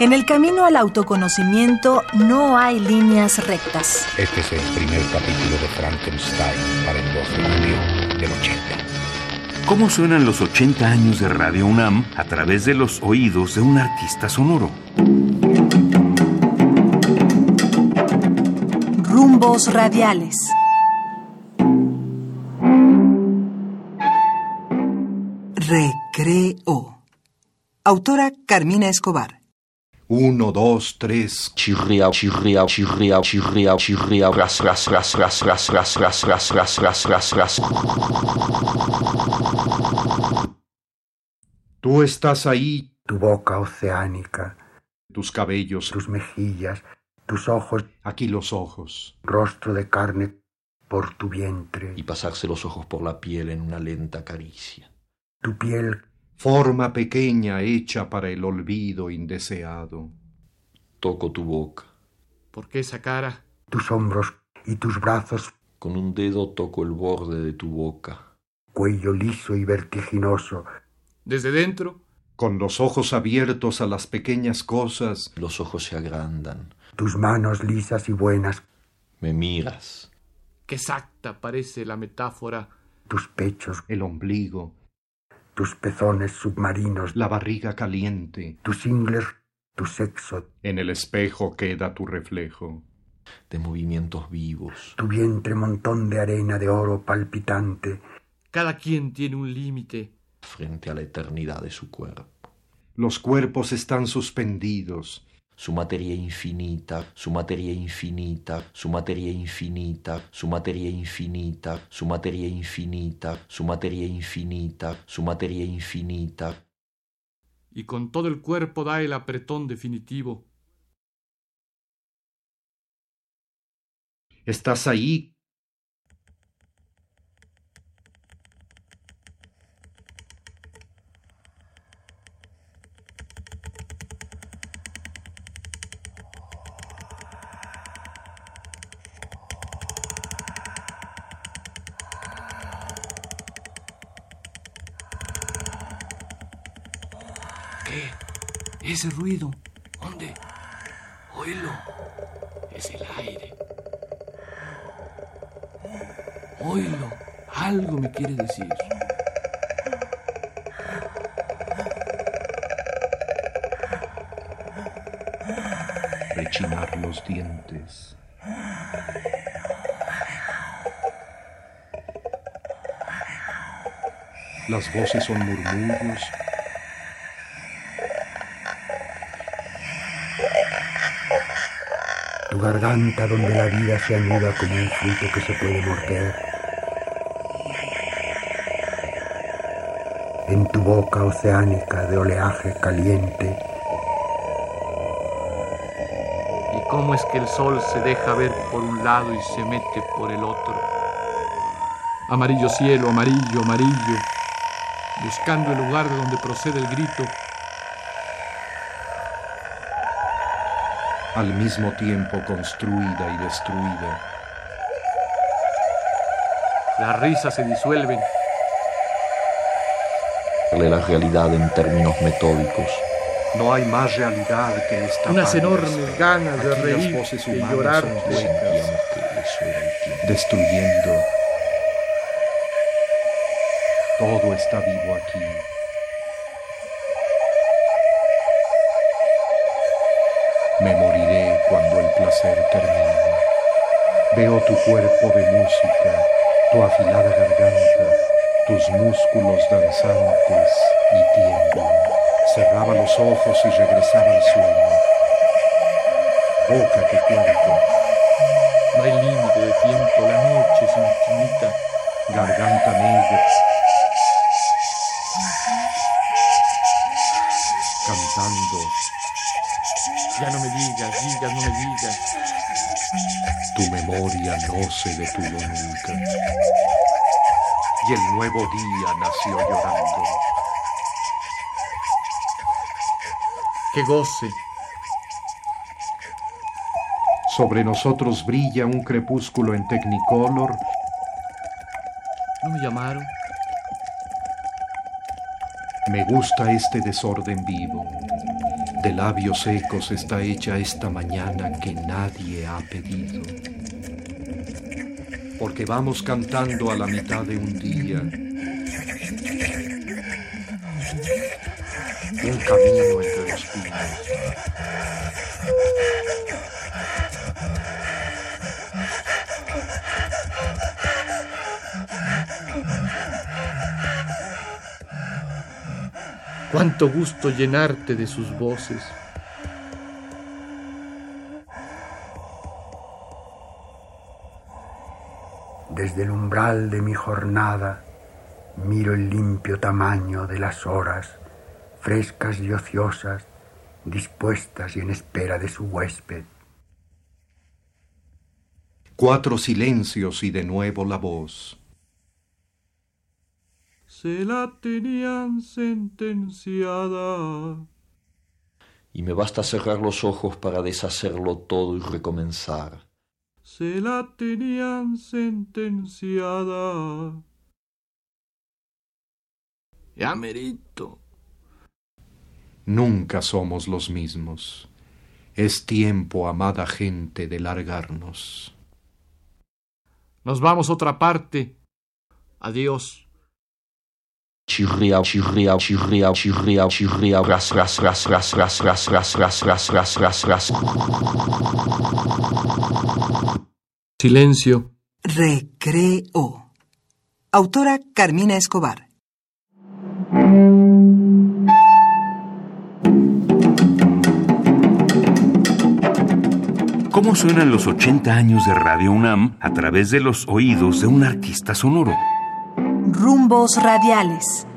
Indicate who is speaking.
Speaker 1: En el camino al autoconocimiento no hay líneas rectas.
Speaker 2: Este es el primer capítulo de Frankenstein para el 2 de julio del 80.
Speaker 3: ¿Cómo suenan los 80 años de Radio UNAM a través de los oídos de un artista sonoro?
Speaker 1: Rumbos radiales.
Speaker 4: Recreo. Autora Carmina Escobar.
Speaker 2: Uno, dos, tres.
Speaker 5: Chirria, chirria, chirria, chirria, chirria, ras, ras, ras, ras, ras, ras, ras, ras, ras, ras, ras, ras.
Speaker 2: Tú estás ahí,
Speaker 6: Tu boca oceánica,
Speaker 2: tus cabellos,
Speaker 6: tus mejillas, tus ojos,
Speaker 2: aquí los ojos.
Speaker 6: rostro de carne por tu vientre,
Speaker 5: Y pasarse los ojos por la piel en una lenta caricia.
Speaker 6: tu piel,
Speaker 2: Forma pequeña hecha para el olvido indeseado.
Speaker 5: Toco tu boca.
Speaker 7: ¿Por qué esa cara?
Speaker 6: tus hombros y tus brazos,
Speaker 5: Con un dedo toco el borde de tu boca.
Speaker 6: cuello liso y vertiginoso,
Speaker 7: Desde dentro,
Speaker 2: Con los ojos abiertos a las pequeñas cosas,
Speaker 5: Los ojos se agrandan.
Speaker 6: tus manos lisas y buenas,
Speaker 5: Me miras.
Speaker 7: que exacta parece la metáfora.
Speaker 6: tus pechos,
Speaker 2: el ombligo,
Speaker 6: tus pezones submarinos,
Speaker 2: la barriga caliente.
Speaker 6: tus ingles, tu sexo,
Speaker 2: En el espejo queda tu reflejo.
Speaker 5: De movimientos vivos.
Speaker 6: tu vientre montón de arena de oro palpitante,
Speaker 7: Cada quien tiene un límite.
Speaker 5: Frente a la eternidad de su cuerpo.
Speaker 2: Los cuerpos están suspendidos.
Speaker 5: Su materia infinita, su materia infinita, su materia infinita, su materia infinita, su materia infinita, su materia infinita, su materia infinita.
Speaker 7: Y con todo el cuerpo da el apretón definitivo.
Speaker 2: Estás ahí.
Speaker 8: Ese ruido. ¿Dónde? Oílo. Es el aire. Oílo. Algo me quiere decir.
Speaker 2: Rechinar los dientes. Las voces son murmullos.
Speaker 6: tu garganta donde la vida se anuda como un fruto que se puede morder. En tu boca oceánica de oleaje caliente,
Speaker 7: ¿Y cómo es que el sol se deja ver por un lado y se mete por el otro? Amarillo cielo, amarillo, amarillo. Buscando el lugar de donde procede el grito.
Speaker 2: al mismo tiempo construida y destruida.
Speaker 7: Las risas se disuelven.
Speaker 5: De la realidad en términos metódicos.
Speaker 2: No hay más realidad que esta.
Speaker 7: Unas
Speaker 2: parte.
Speaker 7: enormes ganas de
Speaker 2: Aquí las
Speaker 7: reír,
Speaker 2: voces
Speaker 7: de
Speaker 2: humanas
Speaker 7: llorar.
Speaker 2: son
Speaker 5: Sentíamos que eso era el tiempo.
Speaker 2: Destruyendo. Todo está vivo aquí. Me moriré cuando el placer termine. Veo tu cuerpo de música, tu afilada garganta, tus músculos danzantes y tiemblan. Cerraba los ojos y regresaba al sueño. Boca que cuerpo,
Speaker 7: No hay límite de tiempo, la noche es infinita.
Speaker 2: garganta negra. Cantando,
Speaker 7: Ya no me digas, digas, no me digas.
Speaker 2: tu memoria no se detuvo nunca. Y el nuevo día nació llorando.
Speaker 7: Que goce.
Speaker 2: Sobre nosotros brilla un crepúsculo en tecnicolor
Speaker 7: ¿No me llamaron?
Speaker 2: Me gusta este desorden vivo. De labios secos está hecha esta mañana que nadie ha pedido. Porque vamos cantando a la mitad de un día. Un camino entre los pinos.
Speaker 7: Cuánto gusto llenarte de sus voces.
Speaker 6: Desde el umbral de mi jornada miro el limpio tamaño de las horas, frescas y ociosas, dispuestas y en espera de su huésped.
Speaker 2: Cuatro silencios y de nuevo la voz.
Speaker 7: Se la tenían sentenciada.
Speaker 5: Y me basta cerrar los ojos para deshacerlo todo y recomenzar.
Speaker 7: Se la tenían sentenciada. Ya merito.
Speaker 2: Nunca somos los mismos. Es tiempo, amada gente, de largarnos.
Speaker 7: Nos vamos a otra parte. Adiós.
Speaker 5: Chirriao, chirriao, chirriao, chirriao, chirriao, ras, ras, ras, ras, ras, ras, ras, ras, ras, ras, ras, ras.
Speaker 7: Silencio.
Speaker 4: Recreo. Autora Carmina Escobar.
Speaker 3: ¿Cómo suenan los 80 años de Radio UNAM a través de los oídos de un artista sonoro?
Speaker 1: Rumbos radiales.